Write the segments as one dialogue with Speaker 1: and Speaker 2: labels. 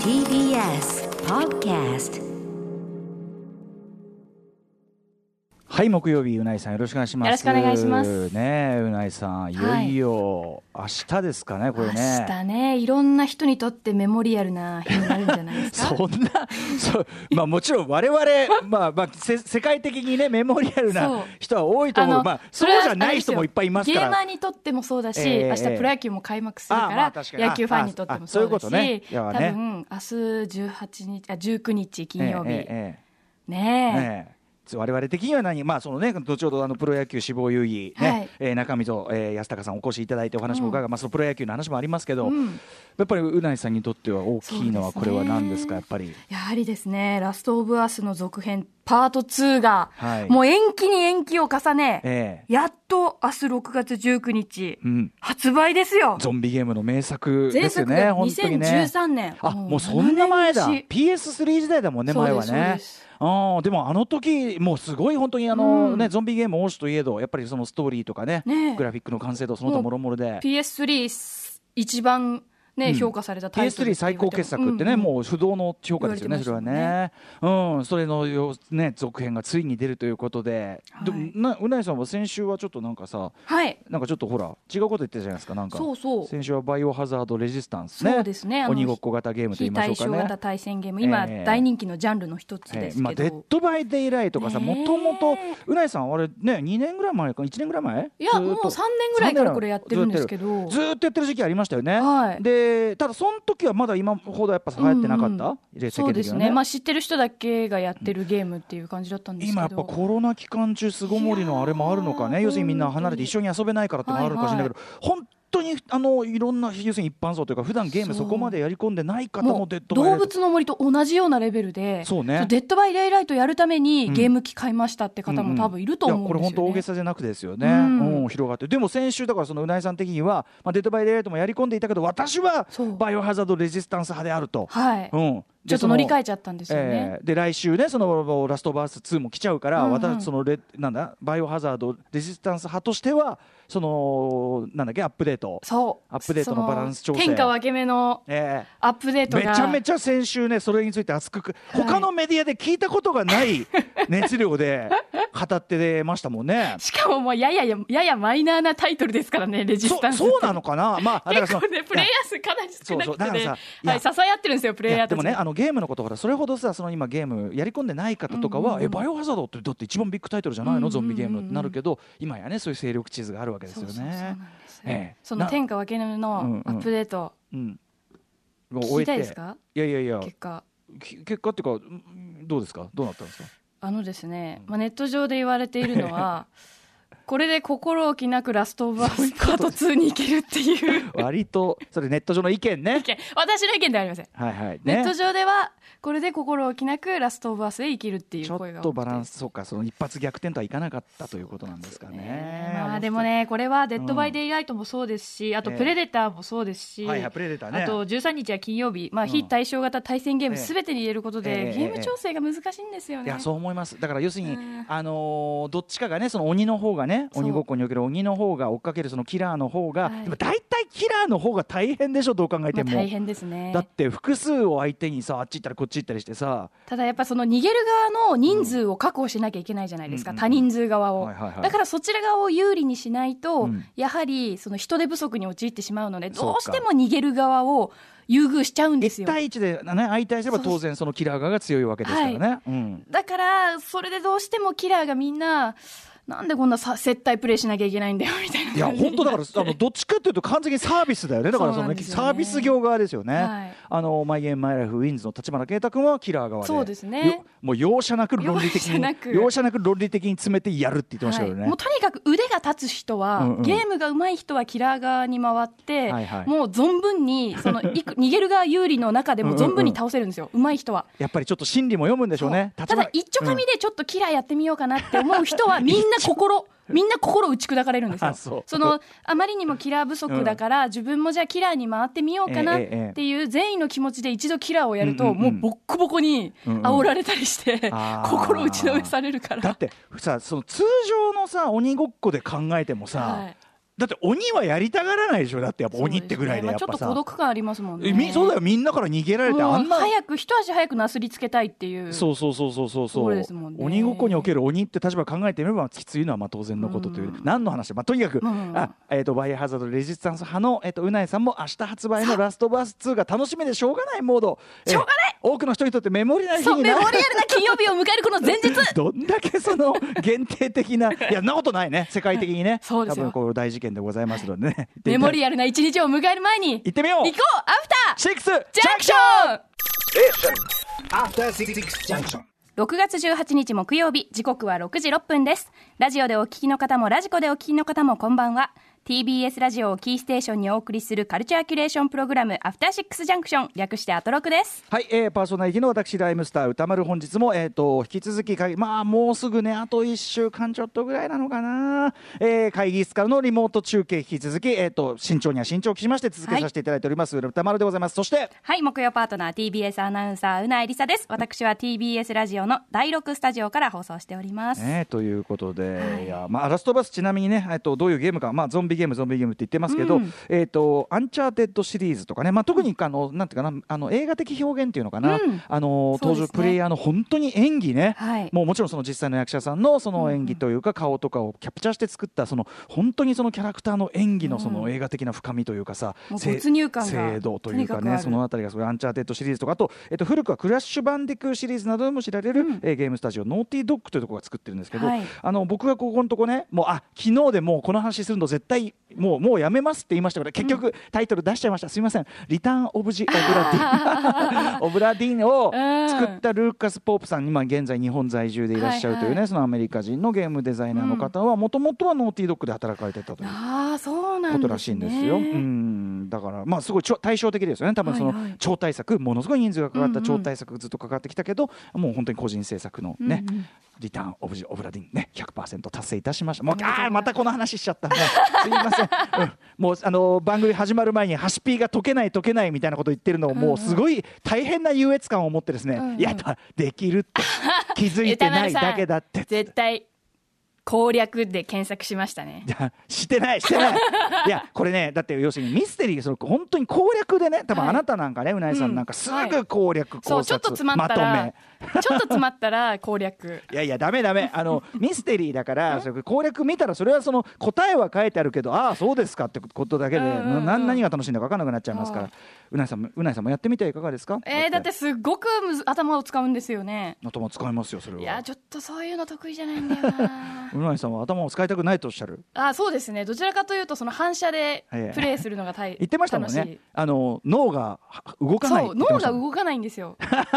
Speaker 1: TBS Podcast
Speaker 2: はい木曜日うないさんよろしくお願いします
Speaker 3: よろしくお願いします
Speaker 2: ねえうないさんいよいよ明日ですかねこれね
Speaker 3: 明日ね、いろんな人にとってメモリアルな日になるんじゃないですか。
Speaker 2: そんな、そうまあ、もちろん我々、 まあまあ、せ世界的に、ね、メモリアル
Speaker 3: そう
Speaker 2: な人は多いと思う、まあ、そうじゃない人もいっぱいいますか
Speaker 3: ゲーマ
Speaker 2: ら
Speaker 3: ー。にとってもそうだし、
Speaker 2: ええ
Speaker 3: 明日プロ野球も開幕するか
Speaker 2: あ
Speaker 3: ら、
Speaker 2: まあ確かに
Speaker 3: 野球ファンにとっても
Speaker 2: ああそ
Speaker 3: そうだし、
Speaker 2: ういうことねいや
Speaker 3: 多
Speaker 2: ね
Speaker 3: 分明日18日あ19日金曜日、
Speaker 2: ええええええ
Speaker 3: ね
Speaker 2: え
Speaker 3: え
Speaker 2: え我々的には何、まあそのね、後ほどあのプロ野球志望遊戯、ね
Speaker 3: はい
Speaker 2: えー中溝、えー安高さんお越しいただいてお話も伺う、まあ、そのプロ野球の話もありますけど、
Speaker 3: うん
Speaker 2: やっぱりうないさんにとっては大きいのは
Speaker 3: そ
Speaker 2: こ
Speaker 3: うで
Speaker 2: れ
Speaker 3: すね
Speaker 2: は何ですかやっぱり。
Speaker 3: やはりですね、ラストオブアスの続編パート2が、
Speaker 2: はい
Speaker 3: もう延期に延期を重ね、
Speaker 2: ええ
Speaker 3: やっと明日6月19日、
Speaker 2: うん
Speaker 3: 発売ですよ。
Speaker 2: ゾンビゲームの名作
Speaker 3: 前
Speaker 2: ですよ
Speaker 3: 作
Speaker 2: ね、
Speaker 3: が
Speaker 2: 本当にね。
Speaker 3: 2013年。
Speaker 2: あもうそんな前だ
Speaker 3: 7年越し
Speaker 2: PS3 時代だもんね前は
Speaker 3: そうですそう
Speaker 2: ね
Speaker 3: です
Speaker 2: あでもあの時もうすごい本当にあの、
Speaker 3: うん
Speaker 2: ねゾンビゲーム王子といえどやっぱりそのストーリーとかね
Speaker 3: ねえ
Speaker 2: グラフィックの完成度その他もろもろで
Speaker 3: PS3 一番ね、
Speaker 2: うん
Speaker 3: 評価されたタイトル
Speaker 2: PS3 最高傑作ってね、
Speaker 3: うんうん
Speaker 2: もう不動の評価ですよねそ
Speaker 3: 言
Speaker 2: れは
Speaker 3: われてま
Speaker 2: ねうんそれのようね続編がついに出るということで、
Speaker 3: はい
Speaker 2: でもなうなえさんは先週はちょっとなんかさ
Speaker 3: はい
Speaker 2: なんかちょっとほら違うこと言ってたじゃないですかなんか
Speaker 3: そうそう
Speaker 2: 先週はバイオハザードレジスタンスね
Speaker 3: そうですねあの
Speaker 2: 鬼ごっこ型ゲームと言い
Speaker 3: 非
Speaker 2: ましょ
Speaker 3: 対
Speaker 2: うか
Speaker 3: 称
Speaker 2: ね
Speaker 3: 型対戦ゲーム今、
Speaker 2: ええ
Speaker 3: 大人気のジャンルの一つ
Speaker 2: え
Speaker 3: で
Speaker 2: え
Speaker 3: す
Speaker 2: まあ、
Speaker 3: け
Speaker 2: デ
Speaker 3: ど、
Speaker 2: ッド・バイ・デイ・ライトとかさ
Speaker 3: ね
Speaker 2: も
Speaker 3: え
Speaker 2: ともとうないさんあれね2年ぐらい前か1年ぐらい前
Speaker 3: いやもう3年ぐらいからこれやってるんですけ
Speaker 2: ど
Speaker 3: ど
Speaker 2: ずーっとやってる時期ありましたよね、
Speaker 3: はい
Speaker 2: でただその時はまだ今ほどやっぱ流行ってなかった、
Speaker 3: うんうん
Speaker 2: 列
Speaker 3: そう
Speaker 2: 席
Speaker 3: で
Speaker 2: 的
Speaker 3: す
Speaker 2: には
Speaker 3: ね、まあ、知ってる人だけがやってるゲームっていう感じだったんですけど
Speaker 2: 今やっぱコロナ期間中巣ごもりのあれもあるのか
Speaker 3: いや
Speaker 2: ね
Speaker 3: ー
Speaker 2: 要するにみんな離れて一緒に遊べないからってのもあるのかもしれないけど、本当にあのいろんな要するに一般層というか普段ゲームそこまでやり込んでない方
Speaker 3: も
Speaker 2: も
Speaker 3: う
Speaker 2: デッドバイラ
Speaker 3: 動
Speaker 2: イト
Speaker 3: 物の森と同じようなレベルで
Speaker 2: そうね
Speaker 3: デッド・バイ・デイ・ライトやるため
Speaker 2: う
Speaker 3: に
Speaker 2: ん
Speaker 3: ゲーム機買いましたって方も多分いると思うんですよ、ね
Speaker 2: いやこれ本当大げさじゃなくですよね、う
Speaker 3: うんん
Speaker 2: 広がってでも先週だからそのうないさん的には、まあ、デッド・バイ・デイ・ライトもやり込んでいたけど私は
Speaker 3: そう
Speaker 2: バイオハザード・レジスタンス派であると、
Speaker 3: はい、
Speaker 2: うん、
Speaker 3: ちょっと乗り換え
Speaker 2: て
Speaker 3: ちゃったんですよね、
Speaker 2: えーで来週ねそのラストバース2も来ちゃうから、
Speaker 3: うんうん
Speaker 2: 私そのレなんだバイオハザードレジスタンス派としてはそのなんだっけアップデート、
Speaker 3: そう
Speaker 2: アップデートのバランス調整
Speaker 3: その天下分け目の
Speaker 2: えー
Speaker 3: アップデート
Speaker 2: め
Speaker 3: が
Speaker 2: ちゃめちゃ先週ねそれについて熱くく、
Speaker 3: はい。
Speaker 2: 他のメディアで聞いたことがない熱量で語ってましたもんね
Speaker 3: しかももうやややややマイナーなタイトルですからねレジ
Speaker 2: そ
Speaker 3: スタンス
Speaker 2: そうなのかな、 まあ、だから
Speaker 3: 結
Speaker 2: その
Speaker 3: 構ねプレイヤ
Speaker 2: い
Speaker 3: ー数かなり少な
Speaker 2: そうそう
Speaker 3: く
Speaker 2: だ
Speaker 3: て
Speaker 2: からさ
Speaker 3: ね
Speaker 2: いや
Speaker 3: はい支え合ってるんですよプレイ
Speaker 2: や
Speaker 3: ヤ
Speaker 2: いや
Speaker 3: ーた
Speaker 2: でも
Speaker 3: ちが
Speaker 2: ねあのゲームのことほらそれほどさその今ゲームやり込んでない方とか
Speaker 3: うん
Speaker 2: は「
Speaker 3: うんうん
Speaker 2: えバイオハザード」ってだって一番ビッグタイトルじゃないの、
Speaker 3: うんうんうん
Speaker 2: ゾンビゲームのってなるけど今やねそういう勢力地図があるわけです
Speaker 3: そう
Speaker 2: よ
Speaker 3: そう
Speaker 2: ね。
Speaker 3: そうなんですよ
Speaker 2: ええ
Speaker 3: その天下分け目のアップデート
Speaker 2: うん、もう
Speaker 3: 聞きたいですか
Speaker 2: いやいやいや
Speaker 3: 結果
Speaker 2: き結果っていうかうんどうですかどうなったんですか
Speaker 3: あのですねまあネット上で言われている のはこれで心置きなくラストオブアスパート2に行けるっていう
Speaker 2: 割とそれネット上の意見ね
Speaker 3: 意。見私の意見ではありません
Speaker 2: はいはい
Speaker 3: ネ
Speaker 2: ね
Speaker 3: ット上ではこれで心置きなくラストオブアスへ生きるってい
Speaker 2: ち
Speaker 3: う
Speaker 2: ょ
Speaker 3: 声が
Speaker 2: っ
Speaker 3: 多
Speaker 2: と
Speaker 3: くて
Speaker 2: バランスそうかその一発逆転とはいかなかったということなんですかね。
Speaker 3: まあでもねこれは「デッド・バイ・デイ・ライト」もそうですし、あと「
Speaker 2: ええ
Speaker 3: プレデター」もそうですし、
Speaker 2: はいはいプレデターね
Speaker 3: あと13日は金曜日、ま
Speaker 2: う
Speaker 3: あ、
Speaker 2: ん
Speaker 3: 非対称型対戦ゲーム
Speaker 2: ええ
Speaker 3: すべてに言えること
Speaker 2: え
Speaker 3: で、
Speaker 2: え
Speaker 3: ゲーム調整が難しいんですよ
Speaker 2: い
Speaker 3: ね。
Speaker 2: やそう思いますだから要するに、
Speaker 3: うん
Speaker 2: あのーどっちかがねその鬼の方がね
Speaker 3: そう
Speaker 2: 鬼ごっこにおける鬼の方が追っかけるそのキラーの方が、
Speaker 3: はい
Speaker 2: でも大体キラーの方が大変でしょどう考え
Speaker 3: ま
Speaker 2: て
Speaker 3: あ、
Speaker 2: も、
Speaker 3: 大変ですね
Speaker 2: だって複数を相手にさあっち行ったりこっち行ったりしてさ
Speaker 3: ただやっぱその逃げる側の人数を確保しなきゃいけないじゃないですか、
Speaker 2: うんうんうん
Speaker 3: 多人数側を、
Speaker 2: はいはいはい
Speaker 3: だからそちら側を有利にしないと、
Speaker 2: うん
Speaker 3: やはりその人手不足に陥ってしまうので
Speaker 2: そうか
Speaker 3: どうしても逃げる側を優遇しちゃうんです
Speaker 2: 1
Speaker 3: よ
Speaker 2: 対1で、ね、相対すれば当然そのキラー側が強いわけですからね、うん、
Speaker 3: だからそれでどうしてもキラーがみんななんでこんなさ接待プレイしなきゃいけないんだよみたいない
Speaker 2: や
Speaker 3: 感じに
Speaker 2: 本当だからあのどっちかというと完全にサービスだよねだからそ
Speaker 3: そう
Speaker 2: の、
Speaker 3: な
Speaker 2: ね
Speaker 3: んですよね
Speaker 2: サービス業側ですよね、
Speaker 3: はい
Speaker 2: あのマイゲームマイライフウィンズの立花啓太君はキラー側で
Speaker 3: そうですね
Speaker 2: よもう容赦なく論理的
Speaker 3: 容赦
Speaker 2: に
Speaker 3: なく
Speaker 2: 容赦なく論理的に詰めてやるって言ってました
Speaker 3: は
Speaker 2: け
Speaker 3: い、
Speaker 2: どね、
Speaker 3: もうとにかく腕が立つ人は、
Speaker 2: うんうん
Speaker 3: ゲームが上手い人はキラー側に回って、
Speaker 2: はいはい
Speaker 3: もう存分にそのいく逃げる側有利の中でも存分に倒せるんですよ、上手い人は。
Speaker 2: やっぱりちょっと心理も読むんでしょうね。
Speaker 3: そう
Speaker 2: 立
Speaker 3: た
Speaker 2: 花
Speaker 3: だ一丁紙でちょっとキラーやってみようかなって思う人はみんな心 みんな心打ち砕かれるんで す
Speaker 2: あ
Speaker 3: よ
Speaker 2: そう
Speaker 3: のあまりにもキラー不足だから、自分もじゃあキラーに回ってみようかな
Speaker 2: ええええ
Speaker 3: っていう善意の気持ちで一度キラーをやると、
Speaker 2: うんうんうん
Speaker 3: もうボッコボコに煽られたりして、
Speaker 2: あー
Speaker 3: 心打ちのめされる
Speaker 2: だ
Speaker 3: か
Speaker 2: っ
Speaker 3: ら。
Speaker 2: てさその通常のさ鬼ごっこで考えてもさ、
Speaker 3: はい
Speaker 2: だって鬼はやりたがらないでしょだってやっぱ鬼ってぐらいでやっ
Speaker 3: そう
Speaker 2: ぱ
Speaker 3: すねま
Speaker 2: さ
Speaker 3: あちょっと孤独感ありますもん
Speaker 2: え
Speaker 3: ね
Speaker 2: みそうだよみんなから逃げられて
Speaker 3: うん
Speaker 2: あんな
Speaker 3: 早く一足早くなすりつけたいっていう
Speaker 2: そうそうそうそうそうそ
Speaker 3: そううですもんね
Speaker 2: 鬼ごっこにおける鬼って立場を考えてみればきついのはまあ当然のことという、
Speaker 3: うん
Speaker 2: 何の話、まあ、とにかく、
Speaker 3: うん
Speaker 2: あえー、とバイオハザードレジスタンス派の、えー、とうないさんも明日発売の「ラストバース2」が楽しみでしょうがないモード
Speaker 3: しょうが
Speaker 2: ない、えー多くの人にとってメモリな日
Speaker 3: そう
Speaker 2: に
Speaker 3: メ
Speaker 2: な
Speaker 3: モリアルな金曜日を迎えるこ の前日
Speaker 2: どんだけその限定的 ないやそんなことないね世界的にね
Speaker 3: そうです
Speaker 2: 多
Speaker 3: よ
Speaker 2: 分こう大事件でございますのでね、
Speaker 3: メモリ
Speaker 2: ア
Speaker 3: アルな一日を迎える前に
Speaker 2: 行ってみよう
Speaker 3: 行こうアフター
Speaker 2: シックスジャン
Speaker 3: ジャンクション
Speaker 1: After Six Junction.
Speaker 3: 6月18日木曜日時刻は6時6分ですラジオでお聞きの方もラジコでお聞きの方もこんばんは TBS ラジオをキーステーションにお送りするカルチャーキュレーションプログラムアフターシックスジャンクション略してアトロクです
Speaker 2: はい、えー、パーソナリティの私ライムスター歌丸本日もえっ、と引き続き会まあもうすぐねあと1週間ちょっとぐらいなのかな、えー、会議室からのリモート中継引き続きえっ、と慎重には慎重を期しまして続けさせていただいております、歌丸でございますそして
Speaker 3: はい木曜パートナー TBS アナウンサーうなえりさです私は TBS ラジオの第6スタジオから放送しております、
Speaker 2: ね、ということで、
Speaker 3: はい
Speaker 2: い、や、まあ、ラストバスちなみにね、えっと、どういうゲームか、まあ、ゾンビゲーム、ゾンビゲームって言ってますけど。
Speaker 3: うん
Speaker 2: えっと、アンチャーテッドシリーズとかね、まあ、特に、あの、なんていうかな、あの、映画的表現っていうのかな。
Speaker 3: うん
Speaker 2: あの、
Speaker 3: そ
Speaker 2: 登
Speaker 3: うですね
Speaker 2: 場プレイヤーの本当に演技ね。
Speaker 3: はい
Speaker 2: もうもちろんその実際の役者さんのその演技というか顔とかをキャプチャーして作ったその本当にそのキャラクターの演技のそ
Speaker 3: うん
Speaker 2: の映画的な深みというかさ、
Speaker 3: もう
Speaker 2: せ
Speaker 3: 没入感が
Speaker 2: 精度というか
Speaker 3: とにかくあ
Speaker 2: ね
Speaker 3: る
Speaker 2: そのあたりがすごいアンチャーテッドシリーズとかあと、えっと、古くはクラッシュバンディクーシリーズなどでも知られる、
Speaker 3: うん
Speaker 2: えーゲームスタジオノーティードッグというところが作ってるんですけど、
Speaker 3: はい
Speaker 2: あの僕がここのとこねもうあ昨日でもうこの話するの絶対もうもうやめますって言いましたから結局タイトル出しちゃいましたすいません「リターン・オブ・ジ・オブラデ ィン」オブラディンを作ったルーカス・ポープさん今現在日本在住でいらっしゃるというね、
Speaker 3: はいは
Speaker 2: そのアメリカ人のゲームデザイナーの方はもともとはノーティードッグで働かれてたという。
Speaker 3: ああそうなんです、ね、
Speaker 2: ことらしいんですよ。うん、だから、まあ、すごいちょ対照的ですよね。多分、その
Speaker 3: はいはい
Speaker 2: 超大作、ものすごい人数がかかっ
Speaker 3: うんう
Speaker 2: た
Speaker 3: ん
Speaker 2: 超大作、ずっとかかってきたけど。もう本当に個人制作のね、
Speaker 3: うんうん
Speaker 2: リターンオブジオブラディンね、100%達成いたしました。もう
Speaker 3: お、めでとうご
Speaker 2: あ
Speaker 3: ざいます
Speaker 2: あ、またこの話しちゃったね。すいません。うんもう、あの、番組始まる前に、ハシピーが解けない、解けないみたいなこと言ってるのを、もうすごい大変な優越感を持ってですね。
Speaker 3: うんうん
Speaker 2: いや、だできるって、気づいてないだけだって。
Speaker 3: 絶対攻略で検索しましたね
Speaker 2: いやしてないして ないいやこれねだって要するにミステリーその本当に攻略でね多分
Speaker 3: はい
Speaker 2: あなたなんかね、うなえさんなんかす
Speaker 3: はい
Speaker 2: ぐ攻略、
Speaker 3: そ
Speaker 2: 考
Speaker 3: うちょっと
Speaker 2: 察
Speaker 3: 詰まったら、
Speaker 2: とめ
Speaker 3: ちょっと詰まったら攻略
Speaker 2: いやいやダメダメあ のミステリーだからそれ攻略見たらそれはその答えは書いてあるけどああそうですかってことだけで、
Speaker 3: うんうんうん
Speaker 2: な何が楽しいんだか分からなくなっちゃいますか
Speaker 3: は
Speaker 2: ら
Speaker 3: いう
Speaker 2: なえさんもうなえさんもやってみてはいかがですか
Speaker 3: えー、だってすっごくむず頭を使うんですよね
Speaker 2: 頭使いますよそれ
Speaker 3: いや
Speaker 2: は
Speaker 3: ちょっとそういうの得意じゃないんだよ な
Speaker 2: うなえさんは頭を使いたくないとおっしゃる
Speaker 3: あそうですねどちらかというとその反射で
Speaker 2: はいはい
Speaker 3: プレイするのが大
Speaker 2: 言ってましたもん
Speaker 3: 楽し
Speaker 2: ね
Speaker 3: い
Speaker 2: あの脳がは動かないっ
Speaker 3: そ
Speaker 2: て
Speaker 3: う
Speaker 2: 言って
Speaker 3: 脳
Speaker 2: ました
Speaker 3: が
Speaker 2: もん
Speaker 3: 動かないんで すよえ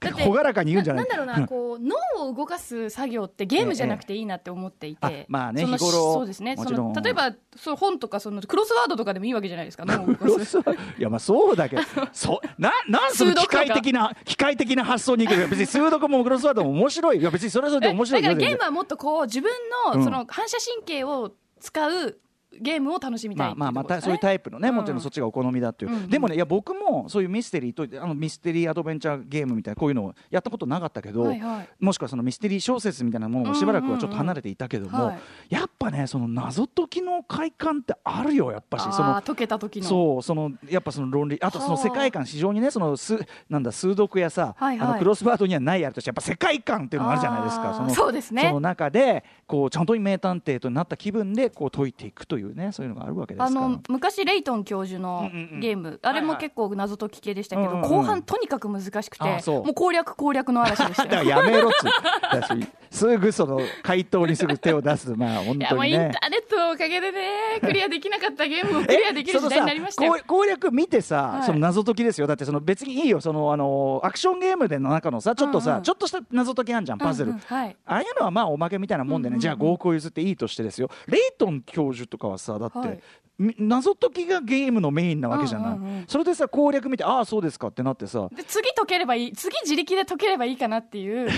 Speaker 3: だって
Speaker 2: 朗らかに言うんじゃない
Speaker 3: ななんだろうなこう脳を動かす作業ってゲームじゃなくていいなって思っていて、
Speaker 2: ええあまあね
Speaker 3: その
Speaker 2: 日頃
Speaker 3: そうですね
Speaker 2: も
Speaker 3: そ
Speaker 2: ちろん
Speaker 3: の例えばその本とかそのクロスワードとかでもいいわけじゃないですか脳を動か
Speaker 2: ロ
Speaker 3: す
Speaker 2: スは いやまあそうだけどそうななんその機械的な機械的な発想にいくいや別に数独もクロスワードも面白いいや別にそれはそれで面白い
Speaker 3: だから
Speaker 2: よ全
Speaker 3: ゲ
Speaker 2: 然
Speaker 3: ームはもっとこう自分
Speaker 2: う
Speaker 3: の
Speaker 2: ん
Speaker 3: その反射神経を使うゲームを楽しみたい
Speaker 2: まあまあまたそういう
Speaker 3: イ
Speaker 2: タイプのね、
Speaker 3: うん
Speaker 2: もちろんそっちがお好みだっていう、
Speaker 3: うんうん
Speaker 2: でもねいや僕もそういうミステリーとあのミステリーアドベンチャーゲームみたいなこういうのをやったことなかったけど、
Speaker 3: はいはい
Speaker 2: もしくはそのミステリー小説みたいなものもしばらくはちょっと離れていたけども、
Speaker 3: うんうんうんはい
Speaker 2: やっぱねその謎解きの快感ってあるよやっぱしその
Speaker 3: あー解けた時の
Speaker 2: そうそのやっぱその論理あとその
Speaker 3: はあ
Speaker 2: 世界観非常にねそのすなんだ数読やさ、
Speaker 3: はいはい
Speaker 2: あのクロスワードにはないあるとしてやっぱ世界観っていうのもあるじゃないです
Speaker 3: あ
Speaker 2: か
Speaker 3: ー
Speaker 2: その
Speaker 3: そうですね
Speaker 2: その中でこうちゃんと名探偵となった気分でこう解いていくというねそういうのがあるわけですから
Speaker 3: あの昔レイトン教授の
Speaker 2: うんうんうん
Speaker 3: ゲーム、あれも結構謎解き系でしたけど、
Speaker 2: はいはい
Speaker 3: 後半とにかく難しくて、
Speaker 2: うんうんあそう
Speaker 3: もう攻略攻略の嵐でし
Speaker 2: だか
Speaker 3: たよ
Speaker 2: らやめろっつうだしすぐその回答にすぐ手を出すまあ本
Speaker 3: いやも
Speaker 2: 当
Speaker 3: うイ
Speaker 2: に
Speaker 3: ンタ
Speaker 2: ね。
Speaker 3: ーネットのおかげ でねクリアできなかったゲームをクリアできる時代になりました
Speaker 2: えそ
Speaker 3: よ
Speaker 2: のさ攻攻略見てさ、
Speaker 3: はい
Speaker 2: その謎解きですよだってその別にいいよそのあのアクションゲームでの中のさちょっとさ、
Speaker 3: うんうん
Speaker 2: ちょっとした謎解きあんじゃんパズル、
Speaker 3: うんうんはい
Speaker 2: ああいうのはまあおまけみたいなもんでね、
Speaker 3: うんうんうん
Speaker 2: じゃあ5億を譲っていいとしてですよレイトン教授とかはさだって、
Speaker 3: はい
Speaker 2: み謎解きがゲームのメインなわけじゃない、
Speaker 3: うんうんうん
Speaker 2: それでさ攻略見てああそうですかってなって さ
Speaker 4: で次解ければいい次自力で解ければいいかなっていう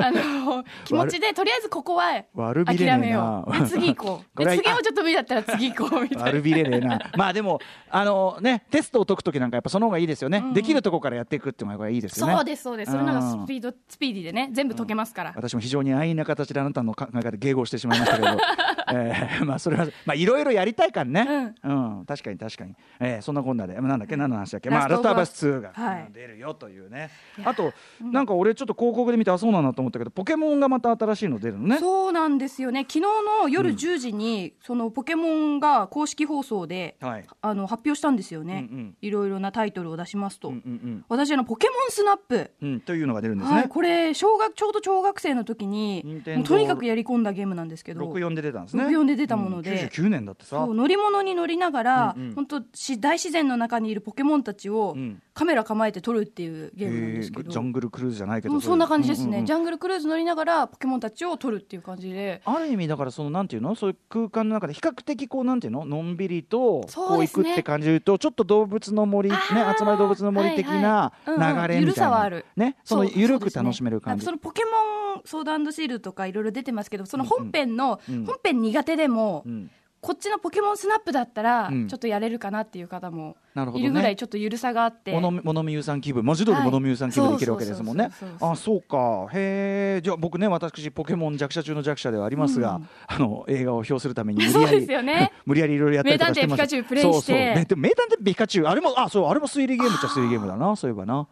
Speaker 4: あ の気持ちでとりあえずここは
Speaker 2: 悪びれねえな
Speaker 4: 諦めようで 次行こ
Speaker 2: こ
Speaker 4: う
Speaker 2: れは
Speaker 4: で次もちょっと無理だったら次行こうみたい
Speaker 2: 悪
Speaker 4: な
Speaker 2: びれねえなまあでもあのねテストを解く時なんかやっぱその方がいいですよね、できるとこからやっていくっていうのがいいですよね
Speaker 4: そうですそうですそれな
Speaker 2: うん
Speaker 4: らスピードスピーディーでね全部解けます から
Speaker 2: 私も非常に安易な形であなたの考え方で迎合してしまいましたけど、 えーまあそれはまあいろいろやりたいからね、うん確かに確かに、えーそんなこんなでまあなんだっけ何の話だっけ、まあ、
Speaker 4: ラ
Speaker 2: ラ
Speaker 4: ス
Speaker 2: スト
Speaker 4: ト
Speaker 2: ア
Speaker 4: オブ
Speaker 2: バー
Speaker 4: ア
Speaker 2: ス
Speaker 4: ス
Speaker 2: 2が
Speaker 4: はい
Speaker 2: 出るよというね、あと、なんか俺ちょっと広告で見てあそうなんだと思ったけどポケモンがまた新しいの出るのね
Speaker 3: そうなんですよね昨日の夜10時に、そのポケモンが公式放送で、
Speaker 2: はい
Speaker 3: あの発表したんですよね、
Speaker 2: うんうん
Speaker 3: いろいろなタイトルを出しますと、
Speaker 2: うんうん
Speaker 3: 私あのポケモンスナップ
Speaker 2: うん、うん、というのが出るんです
Speaker 3: は
Speaker 2: ね
Speaker 3: い、、これ小学ちょうど小学生の時に
Speaker 2: 任天堂
Speaker 3: もうとにかくやり込んだゲームなんですけど
Speaker 2: 64で出たんですね
Speaker 3: 64で出たもので
Speaker 2: うん99年だってさ
Speaker 3: そう乗り物に乗りながら、
Speaker 2: うんうん
Speaker 3: 本当し大自然の中にいるポケモンたちを
Speaker 2: うん
Speaker 3: カメラ構えて撮るっていうゲームなんですけ
Speaker 2: へー
Speaker 3: ど、
Speaker 2: ジャングルクルーズじゃないけど
Speaker 3: もうそんな感じですね、
Speaker 2: うんうんうん
Speaker 3: ジャングルクルーズ乗りながらポケモンたちを撮るっていう感じで
Speaker 2: ある意味だからそのなんていうのそういう空間の中で比較的こうなんていうののんびりとこ
Speaker 4: そう
Speaker 2: う
Speaker 4: で
Speaker 2: 行
Speaker 4: す
Speaker 2: く
Speaker 4: ね
Speaker 2: って感じで言うとちょっと動物の森ね集まる動物の森的な流
Speaker 4: はいはいうんう
Speaker 2: れ
Speaker 4: ん緩
Speaker 2: みたい
Speaker 4: さは
Speaker 2: な
Speaker 4: ある
Speaker 2: ねその
Speaker 3: う
Speaker 2: ゆる
Speaker 3: そうで
Speaker 2: く
Speaker 3: すね
Speaker 2: 楽しめる感じ
Speaker 3: なんかそのポケモンソードアンドシールドとかいろいろ出てますけどその本編の、
Speaker 2: うんうん
Speaker 3: 本編苦手でも、
Speaker 2: うん
Speaker 4: こっちのポケモンスナップだったら
Speaker 2: うん
Speaker 4: ちょっとやれるかなっていう方も
Speaker 2: なるほど
Speaker 4: い
Speaker 2: ね
Speaker 4: るぐらいちょっとゆるさがあって
Speaker 2: ものものみゆさん気分文字通り
Speaker 4: はい
Speaker 2: ものみゆさん気分でいけるわけですもんね
Speaker 4: そうそうそう。そう
Speaker 2: あそうかへえじゃあ僕ね私ポケモン弱者中の弱者ではありますが、あの映画を表するために無理や
Speaker 4: そう
Speaker 2: り、
Speaker 4: ですよね
Speaker 2: 無理やりいろいろやったりとかしてま
Speaker 4: 名探偵ピカチ
Speaker 2: す
Speaker 4: ュウプレイして
Speaker 2: そうそうめでも名探偵ピカチュウあれもあそうあれも推理ゲームっちゃ推理ゲームだなそういえばな。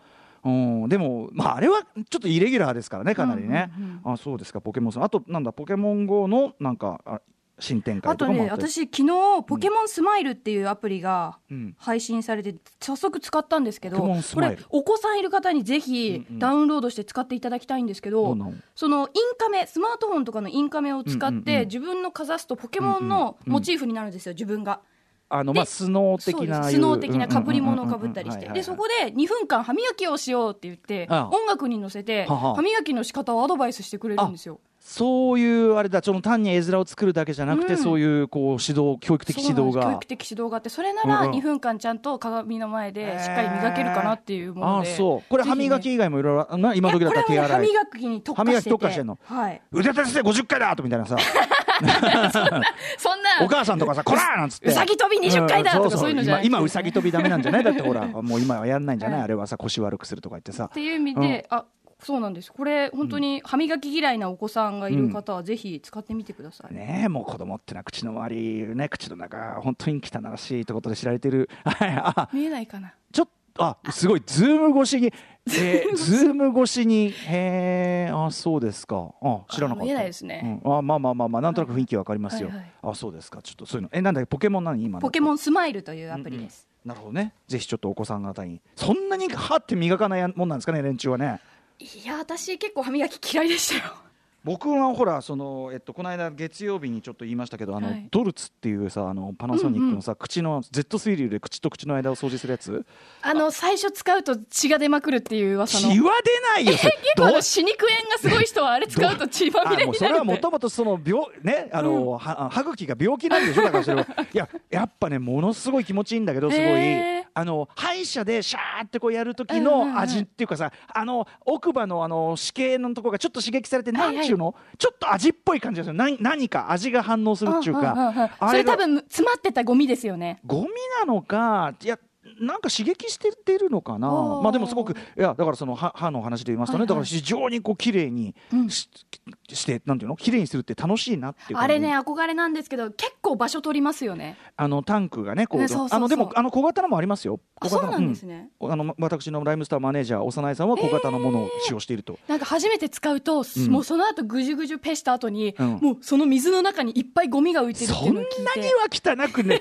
Speaker 2: うん、でも、まあ、あれはちょっとイレギュラーですからね、かなりね。あ、そうですか、ポケモンさん、あと、なんだ、ポケモン GO の、なんか、あ新展開
Speaker 3: あ
Speaker 2: と
Speaker 3: と
Speaker 2: かも
Speaker 3: ね
Speaker 2: あったり
Speaker 3: 私昨日ポケモンスマイルっていうアプリが
Speaker 2: うん
Speaker 3: 配信されて早速使ったんですけど
Speaker 2: ポケモンス
Speaker 3: こ
Speaker 2: マイ
Speaker 3: れ
Speaker 2: ル
Speaker 3: お子さんいる方にぜひ
Speaker 2: うんうん
Speaker 3: ダウンロードして使っていただきたいんですけ
Speaker 2: ど
Speaker 3: ど
Speaker 2: うなの
Speaker 3: そのインカメスマートフォンとかのインカメを使
Speaker 2: う
Speaker 3: っ
Speaker 2: んうんうん
Speaker 3: て自分のかざすとポケモンのモチーフになるんですよ自分が。
Speaker 2: あの、まあ、
Speaker 3: で
Speaker 2: スノー
Speaker 3: そう
Speaker 2: 的
Speaker 3: で
Speaker 2: な
Speaker 3: す
Speaker 2: ああい
Speaker 3: ス
Speaker 2: う
Speaker 3: ノー的な被り物を被ったりし
Speaker 2: うんうんうんうんはいはい
Speaker 3: て
Speaker 2: はい
Speaker 3: でそこで2分間歯磨きをしようって言って
Speaker 2: ああ
Speaker 3: 音楽に乗せて
Speaker 2: はは
Speaker 3: 歯磨きの仕方をアドバイスしてくれるんですよ。
Speaker 2: そういうあれだその単に絵面を作るだけじゃなくて、
Speaker 3: うん
Speaker 2: そういうこう指導教育的指導
Speaker 3: そうなんです教
Speaker 2: が
Speaker 3: 育的指導があってそれな
Speaker 2: うんう
Speaker 3: ら
Speaker 2: ん
Speaker 3: 2分間ちゃんと鏡の前でしっかり磨けるかなっていうも
Speaker 2: あ
Speaker 3: の
Speaker 2: あ
Speaker 3: で、
Speaker 2: そうこれ
Speaker 3: ぜ
Speaker 2: 歯
Speaker 3: ひね
Speaker 2: 磨き以外もいろいろあな今時だったら
Speaker 3: い
Speaker 2: 手
Speaker 3: やこれは
Speaker 2: 洗
Speaker 3: ね
Speaker 2: い
Speaker 3: 歯磨きに特化し
Speaker 2: 歯
Speaker 3: て
Speaker 2: 磨き
Speaker 3: て
Speaker 2: 特化してんの
Speaker 3: はい
Speaker 2: 腕立てして50回だとみたいな さ
Speaker 4: そんな
Speaker 2: お母さんとかさ「こら!」なんつって
Speaker 4: うさぎ跳び20回だとかそういうのじゃない
Speaker 2: 今今うさぎ跳びダメなんじゃ ないだってほらもう今はやんないんじゃない、あれはさ腰悪くするとか言ってさ
Speaker 3: っていう意味で、あそうなんですこれ本当に歯磨き嫌いなお子さんがいる方はぜひ使ってみてください、
Speaker 2: ねえもう子供ってのは口の周りね口の中本当に汚らしいってことで知られてるはいあ
Speaker 4: 見えないかな
Speaker 2: ちょっとあすごいズーム越しに、え ー、ズーム越しにへえあそうですかあ知らなかった
Speaker 4: あ見えないですね、
Speaker 2: うんあまあまあまあまあなんとなく雰囲気わかりますよ、
Speaker 4: はいはい
Speaker 2: あそうですかちょっとそういうのえなんだっけポケモン何今の
Speaker 3: ポケモンスマイルというアプリです、
Speaker 2: なるほどねぜひちょっとお子さん方にそんなに歯って磨かないもんなんですかね連中はね
Speaker 4: いや私結構歯磨き嫌いでしたよ
Speaker 2: 僕はほらその、えっと、この間月曜日にちょっと言いましたけどあの、
Speaker 4: はい
Speaker 2: ドルツっていうさあのパナソニックのさ、口のジェット水流で口と口の間を掃除するやつ
Speaker 4: あの最初使うと血が出まくるっていう噂
Speaker 2: 血
Speaker 4: の結
Speaker 2: は出ない よそれ
Speaker 4: 構あ
Speaker 2: ど
Speaker 4: の
Speaker 2: う
Speaker 4: 歯肉炎がすごい人はあれ使うと血まみ
Speaker 2: あ
Speaker 4: れ
Speaker 2: も
Speaker 4: に
Speaker 2: う
Speaker 4: なる
Speaker 2: それはも
Speaker 4: って
Speaker 2: ともとその病ねあの、は歯茎が病気なんでしょだから それはいややっぱねものすごい気持ちいいんだけどすごい、
Speaker 4: へー
Speaker 2: あの歯医者でシャーってこうやる時
Speaker 4: うんうんうん
Speaker 2: の味っていうかさ、あの奥歯のあの歯形のところがちょっと刺激されて、
Speaker 4: はいはい
Speaker 2: なんちゅうのちょっと味っぽい感じがする何何か味が反応するっていうか、
Speaker 4: うんうんうんうん
Speaker 2: あ
Speaker 4: それ
Speaker 2: が
Speaker 4: 多分詰まってたゴミですよね
Speaker 2: ゴミなのかいやなんか刺激して出るのかな
Speaker 4: おー
Speaker 2: まあでもすごくいやだからその歯歯の話で言いますとね、
Speaker 4: はいはい
Speaker 2: だから非常にこう綺麗にし,、してなんていうの綺麗にするって楽しいなっていう
Speaker 4: あ
Speaker 2: 感じ
Speaker 4: れね憧れなんですけど結構場所取りますよね
Speaker 2: あのタンクがねこう
Speaker 4: うんそうそうそう
Speaker 2: あのでもあの小型のもありますよ
Speaker 4: あ
Speaker 2: 小型の
Speaker 4: そうなんですね
Speaker 2: うんあの私のライムスターマネージャー幼いさんは小型のものを使用していると、
Speaker 4: なんか初めて使うと、
Speaker 2: ん
Speaker 4: もうその後ぐじゅぐじゅペした後に、
Speaker 2: うん
Speaker 4: もうその水の中にいっぱいゴミが浮いてるってい
Speaker 2: そ
Speaker 4: うんの
Speaker 2: な
Speaker 4: を
Speaker 2: に
Speaker 4: 聞いて
Speaker 2: は汚く ね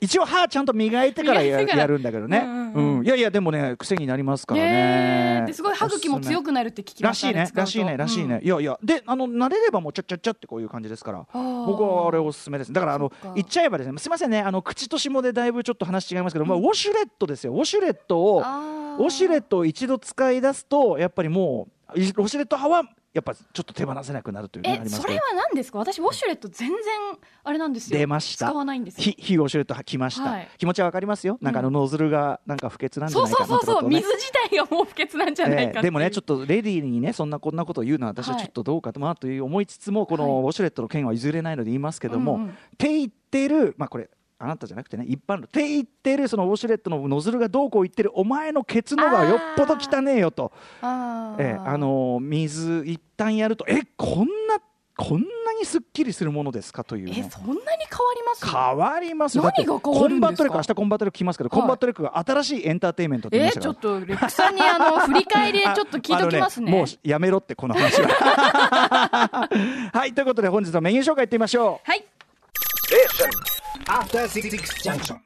Speaker 2: 一応歯ちゃんと磨いてからや
Speaker 4: 磨いてから
Speaker 2: やるんだけどね、う
Speaker 4: うんんうん
Speaker 2: いやいやでもね癖になりますから
Speaker 4: ね
Speaker 2: ね
Speaker 4: えですごい歯茎も強くなるって聞きま
Speaker 2: ら
Speaker 4: し
Speaker 2: したいね、らしいね、らしい、ね。いやいや、で、あの、慣れればもうちゃっちゃっちゃってこういう感じですから。
Speaker 4: ー
Speaker 2: 僕はあれおすすめです。だから、あの
Speaker 4: そっか、
Speaker 2: 言っちゃえばですね、すみませんね、あの、口と下でだいぶちょっと話違いますけど、まあ、ウォシュレットですよ。ウォシュレットを、ウ
Speaker 4: あー
Speaker 2: ォシュレットを一度使い出すと、やっぱりもう。ウォシュレット派は。やっぱちょっと手放せなくなるというのがあ
Speaker 3: え
Speaker 2: ります
Speaker 3: そ
Speaker 2: けど
Speaker 3: れは何ですか私ウォシュレット全然あれなんですよ
Speaker 2: 出ました
Speaker 3: 使わないんですよ
Speaker 2: ひ非ウォシュレット来ました、
Speaker 3: はい
Speaker 2: 気持ちはわかりますよなんかあのノズルがなんか不潔なんじゃ
Speaker 3: そう
Speaker 2: ない
Speaker 3: そ
Speaker 2: か
Speaker 3: う
Speaker 2: な
Speaker 3: そ
Speaker 2: っ
Speaker 3: う
Speaker 2: て
Speaker 3: そ
Speaker 2: こ
Speaker 3: う、
Speaker 2: とね
Speaker 3: 水自体がもう不潔なんじゃないか
Speaker 2: ええでもねちょっとレディーにねそんなこんなことを言うのは私は
Speaker 3: はい
Speaker 2: ちょっとどうかとなという思いつつもこのウォシュレットの件は譲れないので言いますけども、
Speaker 3: うんうん
Speaker 2: って言ってるまあこれあなたじゃなくてね一般のって言ってるそのウォシュレットのノズルがどうこう言ってるお前のケツのがよっぽど汚ねえよと
Speaker 3: あー
Speaker 2: ええあの水一旦やるとえこんなこんなにすっきりするものですかという
Speaker 3: え
Speaker 2: ね
Speaker 3: そんなに変わります
Speaker 2: 変わりますよだって
Speaker 3: 何が変わるんです
Speaker 2: コンバ
Speaker 3: か
Speaker 2: ットレック明日コンバットレック来ますけど、
Speaker 3: はい
Speaker 2: コンバットレックが新しいエンターテインメントって言いま
Speaker 3: え
Speaker 2: した
Speaker 3: ち
Speaker 2: か
Speaker 3: ょ
Speaker 2: ら
Speaker 3: っとルクさんにあの振り返りちょっと聞いときます
Speaker 2: あの
Speaker 3: ね
Speaker 2: もうやめろってこの話ははいということで本日のメニュー紹介いってみましょう
Speaker 5: はい
Speaker 6: Station. After Six Junction.